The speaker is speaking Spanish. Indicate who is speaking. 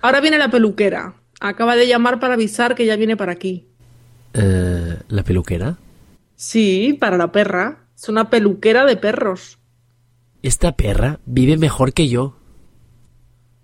Speaker 1: Ahora viene la peluquera. Acaba de llamar para avisar que ya viene para aquí.
Speaker 2: Eh, ¿La peluquera?
Speaker 1: Sí, para la perra. Es una peluquera de perros.
Speaker 2: Esta perra vive mejor que yo.